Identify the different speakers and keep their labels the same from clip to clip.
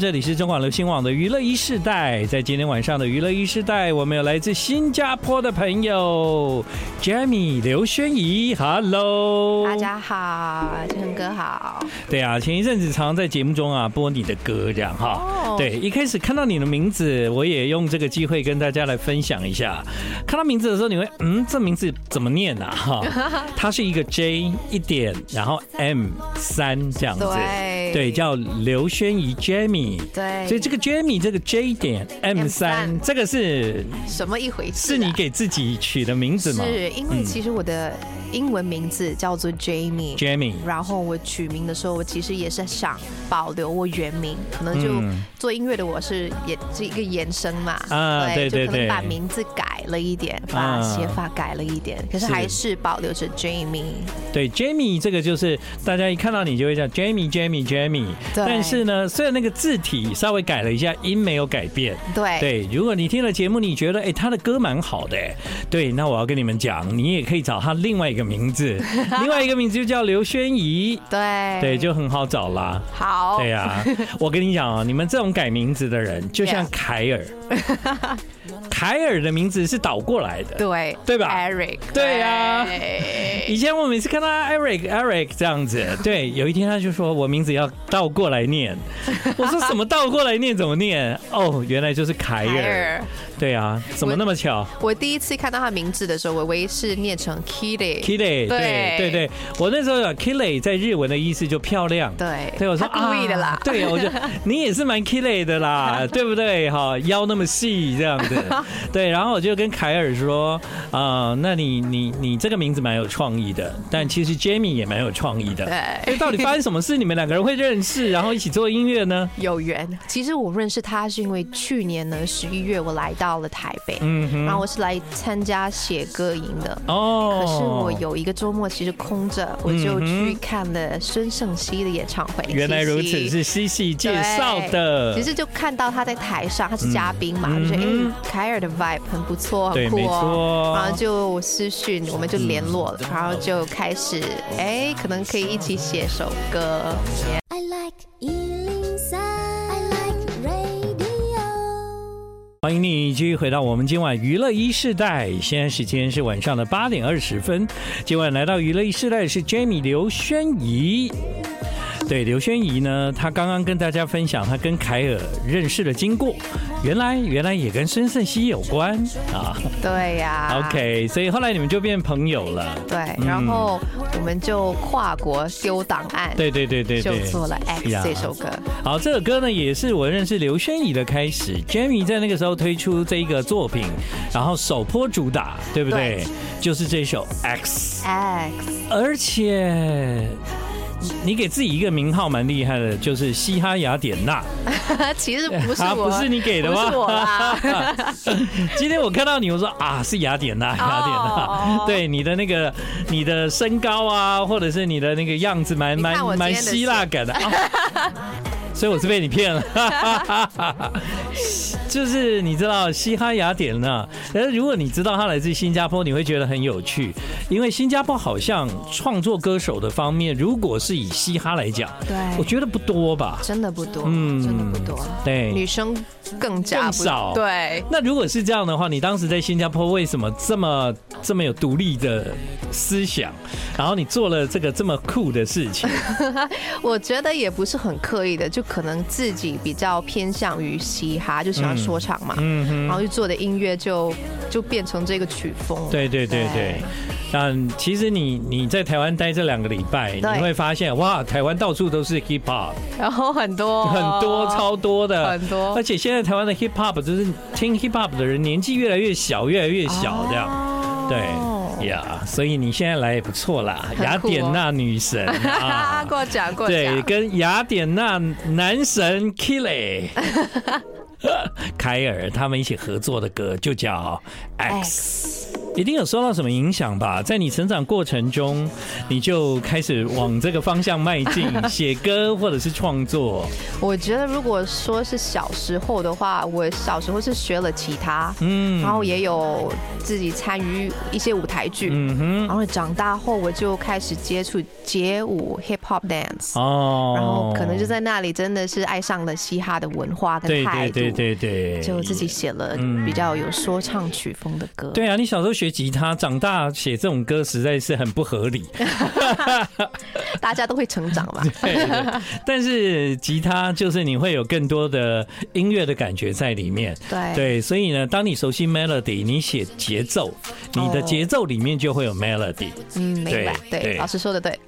Speaker 1: 这里是中广流行网的娱乐一世代，在今天晚上的娱乐一世代，我们有来自新加坡的朋友 Jamie 刘轩怡，Hello，
Speaker 2: 大家好，志恒哥好。
Speaker 1: 对啊，前一阵子常在节目中啊播你的歌，这样哈。
Speaker 2: 哦
Speaker 1: 对，一开始看到你的名字，我也用这个机会跟大家来分享一下。看到名字的时候，你会嗯，这名字怎么念啊？ 哈，它是一个 J 一点，然后 M 三这样子，
Speaker 2: 对
Speaker 1: 对，叫刘轩怡 Jamie。
Speaker 2: 对，
Speaker 1: 所以这个 Jamie 这个 J 点 M 三，
Speaker 2: M3
Speaker 1: 这个是
Speaker 2: 什么一回事、啊？
Speaker 1: 是你给自己取的名字吗
Speaker 2: 是因为其实我的英文名字叫做 Jamie。
Speaker 1: ？Jamie，
Speaker 2: 然后我取名的时候，我其实也是想保留我原名，可能就
Speaker 1: 嗯
Speaker 2: 做音乐的我是也是一个延伸嘛，
Speaker 1: 啊对
Speaker 2: 就可
Speaker 1: 对
Speaker 2: 能把
Speaker 1: 对
Speaker 2: 名字改了一点，把
Speaker 1: 啊
Speaker 2: 写法改了一点，可是
Speaker 1: 是
Speaker 2: 还是保留
Speaker 1: 啊
Speaker 2: 着 Jamie。
Speaker 1: 对 Jamie 这个就是大家一看到你就会叫 Jamie Jamie Jamie，
Speaker 2: 对
Speaker 1: 但是呢，虽然那个字体稍微改了一下，音没有改变。
Speaker 2: 对，
Speaker 1: 对，如果你听了节目，你觉得哎、他的歌蛮好的、哎对，那我要跟你们讲，你也可以找他另外一个名 字，另外一个名字就叫刘轩怡，
Speaker 2: 对
Speaker 1: 对，就很好找啦。
Speaker 2: 好，
Speaker 1: 对呀、 我跟你讲啊，你们这种改名字的人，就像凯尔， 凯尔的名字是倒过来的。
Speaker 2: 对
Speaker 1: 对吧
Speaker 2: ？Eric，
Speaker 1: 对呀
Speaker 2: 对
Speaker 1: 以前我每次看到 Eric Eric 这样 子，对，有一天他就说我名字要倒过来念，我说什么倒过来念怎么念？哦，原来就是凯
Speaker 2: 凯
Speaker 1: 尔。
Speaker 2: 尔。
Speaker 1: 对啊，怎么那么巧
Speaker 2: 我第一次看到他名字的时候，我唯一是念成 Kitty，
Speaker 1: ？Kile，对
Speaker 2: 对
Speaker 1: 对对，我那时候有 Kile 在日文的意思就漂亮。
Speaker 2: 对，
Speaker 1: 对，我说
Speaker 2: 他故意的啦
Speaker 1: 啊，对， 我就你也是蛮 killer 的啦，对不对？哈，腰那么细这样 子，对。然后我就跟凯尔说，啊、那你你你这个名字蛮有创意的，但其实 Jamie 也蛮有创意的。
Speaker 2: 对
Speaker 1: 哎，到底发生什么事？你们两个人会认识，然后一起做音乐呢？
Speaker 2: 有缘。其实我认识他是因为去年呢十一月我来到了台北，
Speaker 1: 嗯哼，
Speaker 2: 然后我是来参加写歌营的。
Speaker 1: 哦，
Speaker 2: 可是我有一个周末其实空着，我就
Speaker 1: 嗯
Speaker 2: 去看了孙盛熙的演唱会。
Speaker 1: 原来如
Speaker 2: 西
Speaker 1: 此，
Speaker 2: 西
Speaker 1: 是西西介绍的
Speaker 2: 其。实就看到他在台上，他是嘉宾嘛，就觉得
Speaker 1: 嗯
Speaker 2: 哎，凯尔的 vibe 很不错，
Speaker 1: 对
Speaker 2: 很酷
Speaker 1: 没错嗯
Speaker 2: 哦。然后就私讯，我们就联络了，然后就开始哎，可能可以一起写首歌。
Speaker 3: I like Ealing Sound. I like radio.
Speaker 1: 欢迎你继续回到我们今晚娱乐一世代，现在时间是晚上的八点二十分。今晚来到娱乐一世代是 Jamie 刘轩怡。对，刘轩怡呢，她刚刚跟大家分享她跟凯尔认识的经过，原来原来也跟孙盛熙有关啊。
Speaker 2: 对呀
Speaker 1: OK，所以嗯后来你们就变朋友了。
Speaker 2: 对，然后我们就跨国丢档案，
Speaker 1: 对对对对
Speaker 2: 就
Speaker 1: 对，
Speaker 2: 做了 X
Speaker 1: 呀
Speaker 2: 这首歌。
Speaker 1: 好，这首歌呢也是我认识刘轩怡的开始。Jamie 在那个时候推出这一个作品，然后首播主打，对不对？
Speaker 2: 对
Speaker 1: 就是这首 X，
Speaker 2: X
Speaker 1: 而且。你给自己一个名号蛮厉害的，就是嘻哈雅典娜，
Speaker 2: 其实不是
Speaker 1: 啊
Speaker 2: 我，
Speaker 1: 不是你给的
Speaker 2: 不
Speaker 1: 吗？
Speaker 2: 是我 啦。
Speaker 1: 今天我看到你，我说啊，是雅典娜，雅典娜
Speaker 2: 哦
Speaker 1: 对你的那个你的身高啊，或者是你的那个样子，蛮
Speaker 2: 你看
Speaker 1: 蛮
Speaker 2: 我今
Speaker 1: 蛮
Speaker 2: 天的
Speaker 1: 希腊感 的。啊所以我是被你骗了， 就是你知道嘻哈雅典娜，但是如果你知道他来自新加坡，你会觉得很有趣，因为新加坡好像创作歌手的方面，如果是以嘻哈来讲，
Speaker 2: 对
Speaker 1: 我觉得不多吧。
Speaker 2: 真的不多，
Speaker 1: 嗯
Speaker 2: 真的不多。
Speaker 1: 对
Speaker 2: 女生更加
Speaker 1: 更
Speaker 2: 不
Speaker 1: 少
Speaker 2: 对，
Speaker 1: 那如果是这样的话，你当时在新加坡为什么这么这么有独立的思想，然后你做了这个这么酷的事 情？
Speaker 2: 我觉得也不是很刻意的，就可能自己比较偏向于嘻哈，就喜欢说唱嘛，
Speaker 1: 嗯哼，
Speaker 2: 然后就做的音乐就就变成这个曲风。
Speaker 1: 对对对对。嗯，其实你你在台湾待这两个礼拜，你
Speaker 2: 对
Speaker 1: 会发现哇，台湾到处都是 hip hop，
Speaker 2: 然后很多
Speaker 1: 很多超多的，
Speaker 2: 哦很多
Speaker 1: 而且现在台湾的 hip hop 就是听 hip hop 的人年纪越来越小，越来越小这样。
Speaker 2: 哦
Speaker 1: 对呀所以你现在来也不错啦，
Speaker 2: 酷哦
Speaker 1: 雅典娜女神啊
Speaker 2: 啊，， 过奖过
Speaker 1: 对，
Speaker 2: 奖。
Speaker 1: 跟雅典娜男神 Kille 凯尔他们一起合作的歌就叫 X。一定有受到什么影响吧？在你成长过程中，你就开始往这个方向迈 进，写歌或者是创作。
Speaker 2: 我觉得如果说是小时候的话，我小时候是学了吉他，
Speaker 1: 嗯
Speaker 2: 然后也有自己参与一些舞台剧，
Speaker 1: 嗯哼，
Speaker 2: 然后长大后我就开始接触街舞、hip hop dance，、
Speaker 1: 哦，
Speaker 2: 然后可能就在那里真的是爱上了嘻哈的文化跟
Speaker 1: 对
Speaker 2: 态
Speaker 1: 对
Speaker 2: 度，
Speaker 1: 对对对，
Speaker 2: 就自己写了比较有说唱曲风的歌。
Speaker 1: 对啊，你小时候学吉他，长大写这种歌实在是很不合理。
Speaker 2: 大家都会成长嘛。
Speaker 1: 对对对但是吉他就是你会有更多的音乐的感觉在里面。
Speaker 2: 对
Speaker 1: 对，所以呢，当你熟悉 melody，你写节奏，你的节奏里面就会有 melody。
Speaker 2: 嗯，明白。
Speaker 1: 对对
Speaker 2: 对，老师说的对。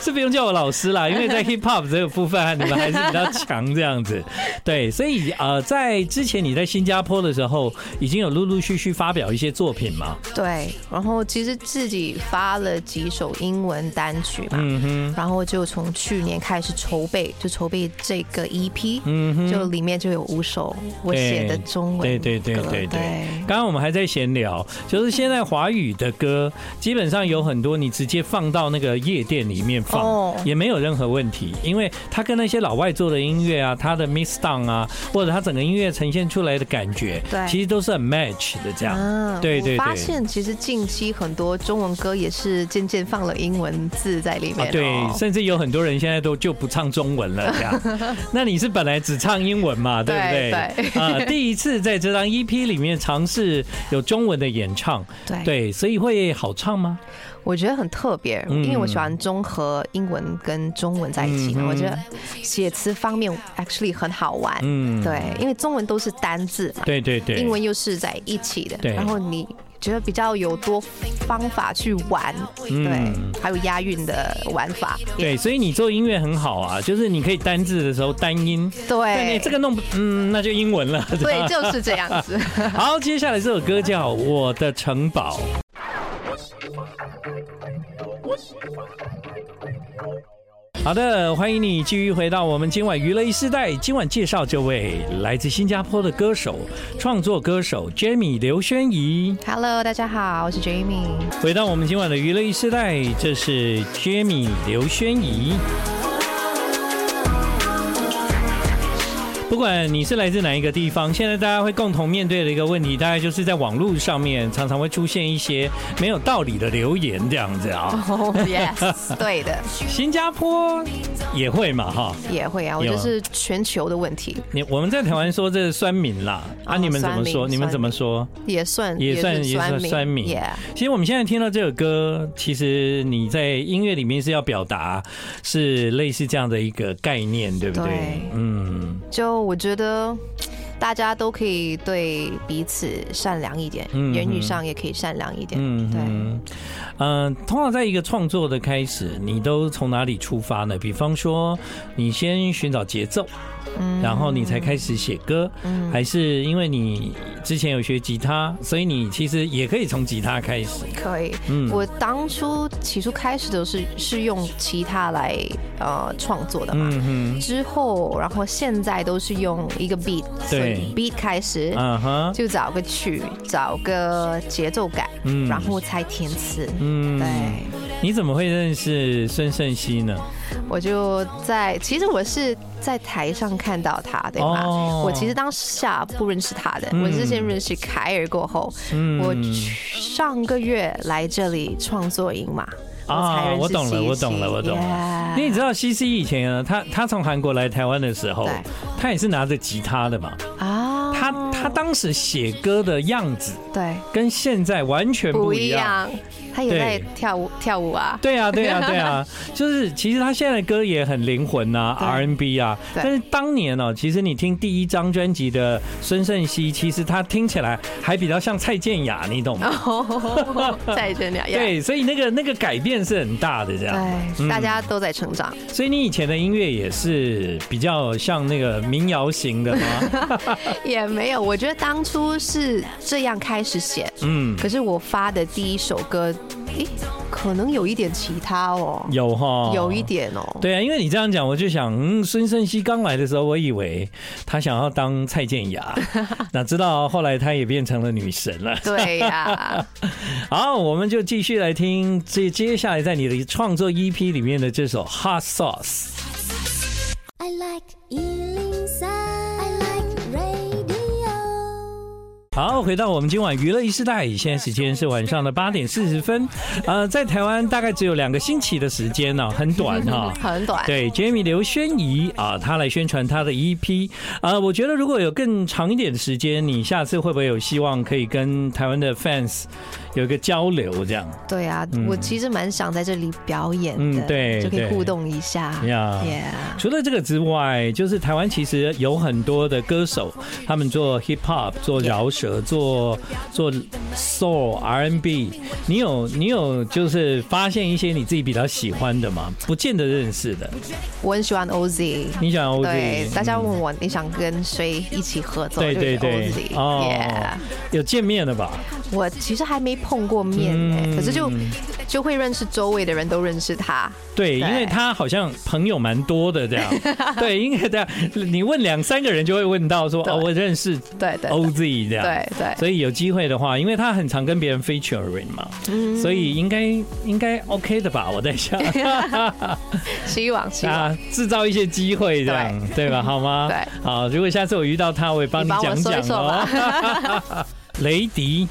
Speaker 1: 是不用叫我老师啦，因为在 hip hop 这个部分，啊你们还是比较强这样子。对，所以呃，在之前你在新加坡的时候，已经有陆陆续续发表一些作品嘛。
Speaker 2: 对，然后其实自己发了几首英文单曲嘛，
Speaker 1: 嗯
Speaker 2: 然后就从去年开始筹备，就筹备这个 EP，、就里面就有五首我写的中文
Speaker 1: 嗯对对对
Speaker 2: 歌
Speaker 1: 对对
Speaker 2: 对。
Speaker 1: 刚刚我们还在闲聊，就是现在华语的歌基本上有很多你直接放到那个夜店里面放，
Speaker 2: 哦
Speaker 1: 也没有任何问题，因为它跟那些老外做的音乐啊，它的 mix down 啊，或者它整个音乐呈现出来的感觉，
Speaker 2: 对
Speaker 1: 其实都是很 match 的这样。
Speaker 2: 啊
Speaker 1: 对对对
Speaker 2: 我发现其实近期很多中文歌也是渐渐放了英文字在里面、
Speaker 1: 啊
Speaker 2: 哦，
Speaker 1: 对，甚至有很多人现在都就不唱中文了，这 样。那你是本来只唱英文嘛，对不对？
Speaker 2: 对
Speaker 1: 啊、第一次在这张 EP 里面尝试有中文的演唱，
Speaker 2: 对
Speaker 1: 对，所以会好唱吗？
Speaker 2: 我觉得很特别，
Speaker 1: 嗯
Speaker 2: 因为我喜欢综合英文跟中文在一起。
Speaker 1: 嗯
Speaker 2: 我觉得写词方面 actually 很好玩，
Speaker 1: 嗯
Speaker 2: 对，因为中文都是单字嘛，
Speaker 1: 对对对，
Speaker 2: 英文又是在一起的，
Speaker 1: 对
Speaker 2: 然后你觉得比较有多方法去玩，对，还有押韵的玩法，
Speaker 1: 嗯对，所以你做音乐很好啊，就是你可以单字的时候单音，但你
Speaker 2: 对
Speaker 1: 这，个弄不嗯，那就英文了。
Speaker 2: 对，就是这样子。
Speaker 1: 好，接下来这首歌叫《我的城堡》。好的，欢迎你继续回到我们今晚娱乐一时代。今晚介绍这位来自新加坡的歌手、创作歌手 Jamie 刘轩怡。
Speaker 2: Hello，大家好，我是 Jamie。
Speaker 1: 回到我们今晚的娱乐一时代，这是 Jamie 刘轩怡。不管你是来自哪一个地方，现在大家会共同面对的一个问题，大概就是在网络上面常常会出现一些没有道理的留言这样子啊。
Speaker 2: 哦、yes，对 的，
Speaker 1: 新加坡也会嘛哈？
Speaker 2: 也会啊，我
Speaker 1: 有啊
Speaker 2: 就是全球的问题，
Speaker 1: 你我们在台湾说这是酸民啦，啊，
Speaker 2: 哦
Speaker 1: 你们怎么
Speaker 2: 酸
Speaker 1: 说？
Speaker 2: 民
Speaker 1: 你们怎么说？
Speaker 2: 也算
Speaker 1: 也算也算酸民
Speaker 2: y
Speaker 1: 其实我们现在听到这首歌，其实你在音乐里面是要表达是类似这样的一个概念，对不对？
Speaker 2: 对
Speaker 1: 嗯
Speaker 2: 就我觉得。大家都可以对彼此善良一点，
Speaker 1: 嗯
Speaker 2: 言语
Speaker 1: 嗯
Speaker 2: 上也可以善良一点。
Speaker 1: 嗯
Speaker 2: 对，
Speaker 1: 嗯嗯、通常在一个创作的开始，你都从哪里出发呢？比方说，你先寻找节奏，然后你才开始写歌，还是因为你之前有学吉他，所以你其实也可以从吉他开始。
Speaker 2: 可以。
Speaker 1: 嗯
Speaker 2: 我当初起初开始的是是用吉他来呃创作的嘛，
Speaker 1: 嗯
Speaker 2: 之后然后现在都是用一个 beat，所
Speaker 1: 对
Speaker 2: 以 beat 开始。
Speaker 1: 哼，啊哈，
Speaker 2: 就找个曲，找个节奏感，
Speaker 1: 嗯
Speaker 2: 然后才填词。
Speaker 1: 嗯
Speaker 2: 对，
Speaker 1: 你怎么会认识孙盛熙呢？
Speaker 2: 我就在，其实我是在台上看到他，对吗？
Speaker 1: 哦
Speaker 2: 我其实当下不认识他的，
Speaker 1: 嗯
Speaker 2: 我是先认识凯尔过后，
Speaker 1: 嗯
Speaker 2: 我上个月来这里创作营嘛，我才认识
Speaker 1: 啊我懂了，
Speaker 2: 西
Speaker 1: 我懂了，
Speaker 2: 西
Speaker 1: 我懂了。
Speaker 2: Yeah
Speaker 1: 因为你知道西西以前啊呢，他他从韩国来台湾的时候
Speaker 2: 对，
Speaker 1: 他也是拿着吉他的嘛。
Speaker 2: 啊，
Speaker 1: 他他当时写歌的样子
Speaker 2: 对
Speaker 1: 跟现在完全不
Speaker 2: 不
Speaker 1: 一
Speaker 2: 一
Speaker 1: 样。
Speaker 2: 样，他也
Speaker 1: 对
Speaker 2: 在跳舞跳舞 啊，
Speaker 1: 对啊，对啊， 对啊，就是其实他现在的歌也很灵魂呐、
Speaker 2: 对
Speaker 1: r n b 啊。
Speaker 2: 对
Speaker 1: 但是当年哦、其实你听第一张专辑的孙盛熙，其实他听起来还比较像蔡健雅，你懂吗？
Speaker 2: 哦在这里啊，
Speaker 1: 对，嗯所以那个那个改变是很大的，这样。
Speaker 2: 对，大家都在成长。
Speaker 1: 所以你以前的音乐也是比较像那个民谣型的 吗？
Speaker 2: 也没有，我觉得当初是这样开始写，
Speaker 1: 嗯，
Speaker 2: 可是我发的第一首歌诶，可能有一点其他哦，
Speaker 1: 有哈，
Speaker 2: 有一。点哦，
Speaker 1: 对啊，因为你这样讲，我就想，嗯，孙盛熙刚来的时候，我以为他想要当蔡健 雅，哪知道后来她也变成了女神了。
Speaker 2: 对啊呀、
Speaker 1: 好，我们就继续来听接接下来在你的创作 EP 里面的这首《Hot Sauce》。
Speaker 3: I like Ealing Sound. I like radio.
Speaker 1: 好，回到我们今晚娱乐一时代，现在时间是晚上的八点四十分。呃，在台湾大概只有两个星期的时间呢、 很短啊哈、
Speaker 2: 很短，
Speaker 1: 对，Jamie 刘轩怡啊，她来宣传她的 EP 啊，我觉得如果有更长一点的时间，你下次会不会有希望可以跟台湾的 fans 有一个交流这样
Speaker 2: 对啊，我其实蛮想在这里表演的，
Speaker 1: 嗯对
Speaker 2: 就可以
Speaker 1: 对
Speaker 2: 互动一下
Speaker 1: 呀
Speaker 2: ，Yeah，
Speaker 1: 除了这个之外，就是台湾其实有很多的歌手，他们做 hip hop、做饶舌、做做 soul、R&B。你有你有就是发现一些你自己比较喜欢的吗？不见得认识的。
Speaker 2: 我很喜欢 OZ。
Speaker 1: 你想 OZ？
Speaker 2: 对，大家
Speaker 1: 嗯
Speaker 2: 问我你想跟谁一起合作，
Speaker 1: 对
Speaker 2: 就是
Speaker 1: 对对
Speaker 2: OZ，
Speaker 1: 哦
Speaker 2: yeah，
Speaker 1: 有见面了吧？
Speaker 2: 我其实还没碰过面呢、
Speaker 1: 嗯
Speaker 2: 可是就就会认识周围的人都认识他，
Speaker 1: 对，因为
Speaker 2: 对
Speaker 1: 他好像朋友蛮多的 这样。对，因为他你问两三个人就会问到说
Speaker 2: 对
Speaker 1: 哦，我认识
Speaker 2: 对对
Speaker 1: OZ 这样。
Speaker 2: 对对
Speaker 1: Oh，所以有机会的话，因为他很常跟别人 featuring 嘛，
Speaker 2: 嗯
Speaker 1: 所以应该应该 OK 的吧？我在 想，
Speaker 2: 希望希望。
Speaker 1: 啊，制造一些机会这样，对吧？好吗？
Speaker 2: 对，
Speaker 1: 好，如果下次我遇到他，我也帮你
Speaker 2: 你帮我
Speaker 1: 讲
Speaker 2: 说一
Speaker 1: 讲
Speaker 2: 说
Speaker 1: 哦。 雷迪，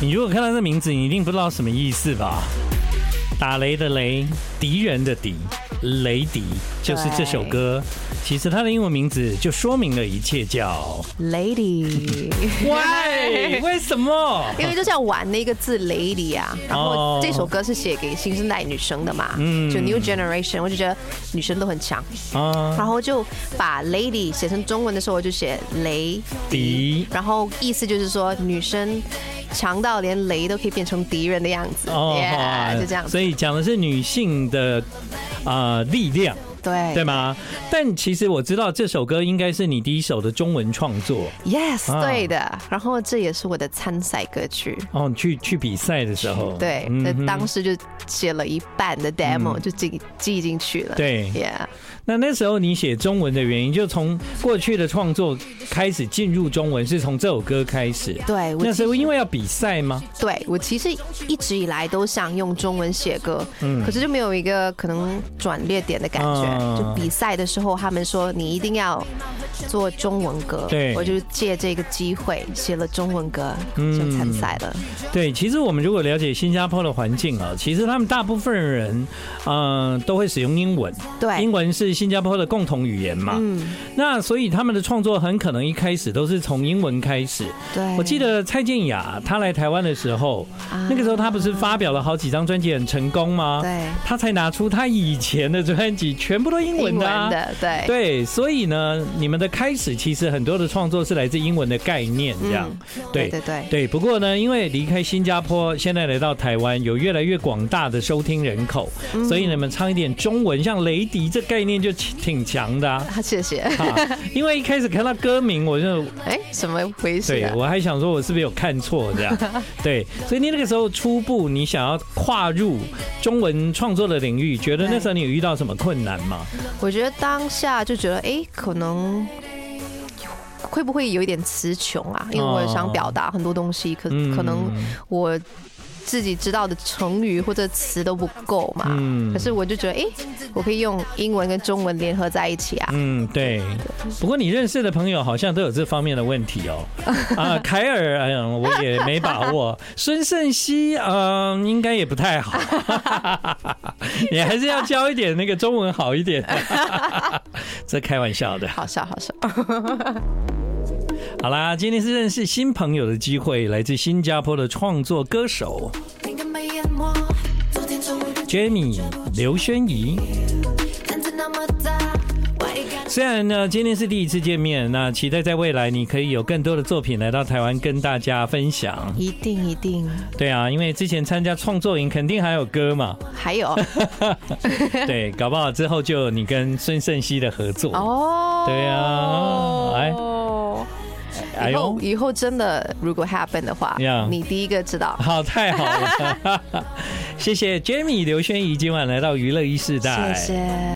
Speaker 1: 你如果看到这名字，你一定不知道什么意思吧？打雷的雷，敌人的敌，雷迪就是这首歌。其实它的英文名字就说明了一切，叫
Speaker 2: Lady，
Speaker 1: Why？为什 么？
Speaker 2: 因为就像玩那个字 Lady 啊，然
Speaker 1: 哦
Speaker 2: 后这首歌是写给新生代女生的嘛，
Speaker 1: 嗯
Speaker 2: 就 New Generation，我就觉得女生都很强，然
Speaker 1: 啊，
Speaker 2: 后就把 Lady 写成中文的时候，我就写雷
Speaker 1: 敌
Speaker 2: 然后意思就是说女生强到连雷都可以变成敌人的样子，yeah，就这样
Speaker 1: 哦
Speaker 2: 子，
Speaker 1: 所以讲的是女性的啊力量，
Speaker 2: 对
Speaker 1: 对吗？但其实我知道这首歌应该是你第一首的中文创作
Speaker 2: Yes，、
Speaker 1: 啊
Speaker 2: 对的。然后这也是我的参赛歌曲，
Speaker 1: 哦，你去去比赛的时候，
Speaker 2: 对，
Speaker 1: 嗯
Speaker 2: 那、
Speaker 1: 哼嗯
Speaker 2: 当时就写了一半的 demo，、就记记进去了。
Speaker 1: 对
Speaker 2: ，Yeah，
Speaker 1: 那那时候你写中文的原因，就从过去的创作开始进入中文，是从这首歌开始。
Speaker 2: 对我
Speaker 1: 那时
Speaker 2: 其
Speaker 1: 候因为要比赛吗？
Speaker 2: 对我其实一直以来都想用中文写歌，可是就没有一个可能转捩点的感觉。
Speaker 1: 嗯
Speaker 2: 就比赛的时候，他们说你一定要做中文歌，
Speaker 1: 对
Speaker 2: 我就借这个机会写了中文歌，
Speaker 1: 嗯
Speaker 2: 就参赛了。
Speaker 1: 对，其实我们如果了解新加坡的环境啊，其实他们大部分人，嗯、都会使用英文。
Speaker 2: 对嗯
Speaker 1: 英文是新加坡的共同语言嘛。那所以他们的创作很可能一开始都是从英文开始。
Speaker 2: 对，
Speaker 1: 我记得蔡健雅她来台湾的时候，那个时候她不是发表了好几张专辑很成功吗？
Speaker 2: 啊对
Speaker 1: 她才拿出她以前的专辑，全部都英文
Speaker 2: 英
Speaker 1: 的、
Speaker 2: 文
Speaker 1: 啊。
Speaker 2: 的，对。
Speaker 1: 对，所以呢，你们的开始其实很多的创作是来自英文的概念，这样。对
Speaker 2: 嗯对对
Speaker 1: 对，不过呢，因为离开新加坡，现在来到台湾，有越来越广大的收听人口，
Speaker 2: 嗯
Speaker 1: 所以你们唱一点中文，像雷迪这概念就挺挺强的啊。
Speaker 2: 啊， 谢 谢。
Speaker 1: 啊因为一开始看到歌名，我就
Speaker 2: 哎，什么回事
Speaker 1: 对
Speaker 2: 啊？
Speaker 1: 我还想说，我是不是有看错这样？对，所以你那个时候初步你想要跨入中文创作的领域，觉得那时候你有遇到什么困难吗？
Speaker 2: 我觉得当下就觉得，哎，可能会不会有一点词穷啊？因为我想表达很多东西，可
Speaker 1: 哦嗯
Speaker 2: 可能我自己知道的成语或者词都不够嘛。
Speaker 1: 嗯
Speaker 2: 可是我就觉得，哎，我可以用英文跟中文联合在一起啊。
Speaker 1: 嗯，对。不过你认识的朋友好像都有这方面的问题哦。啊，凯尔，哎呀，我也没把握。孙胜熙，嗯、应该也不太好。 你还是要教一点那个中文好一点。这开玩笑的。
Speaker 2: 好笑，好笑。
Speaker 1: 好啦，今天是认识新朋友的机会，来自新加坡的创作歌手 Jamie 刘轩怡。虽然呢，今天是第一次见面，那期待在未来你可以有更多的作品来到台湾跟大家分享。
Speaker 2: 一定一定，
Speaker 1: 对啊，因为之前参加创作营，肯定还有歌嘛。
Speaker 2: 还 有
Speaker 1: 对，搞不好之后就有你跟孙盛熙的合作。
Speaker 2: 哦，
Speaker 1: 对啊哎
Speaker 2: 哦，
Speaker 1: 哎
Speaker 2: 以后
Speaker 1: 呦，
Speaker 2: 以后真的如果 happen 的话
Speaker 1: Yeah
Speaker 2: 你第一个知 道。
Speaker 1: 好，太好了，谢谢 Jamie 刘轩怡今晚来到娱乐一世代，
Speaker 2: 谢谢。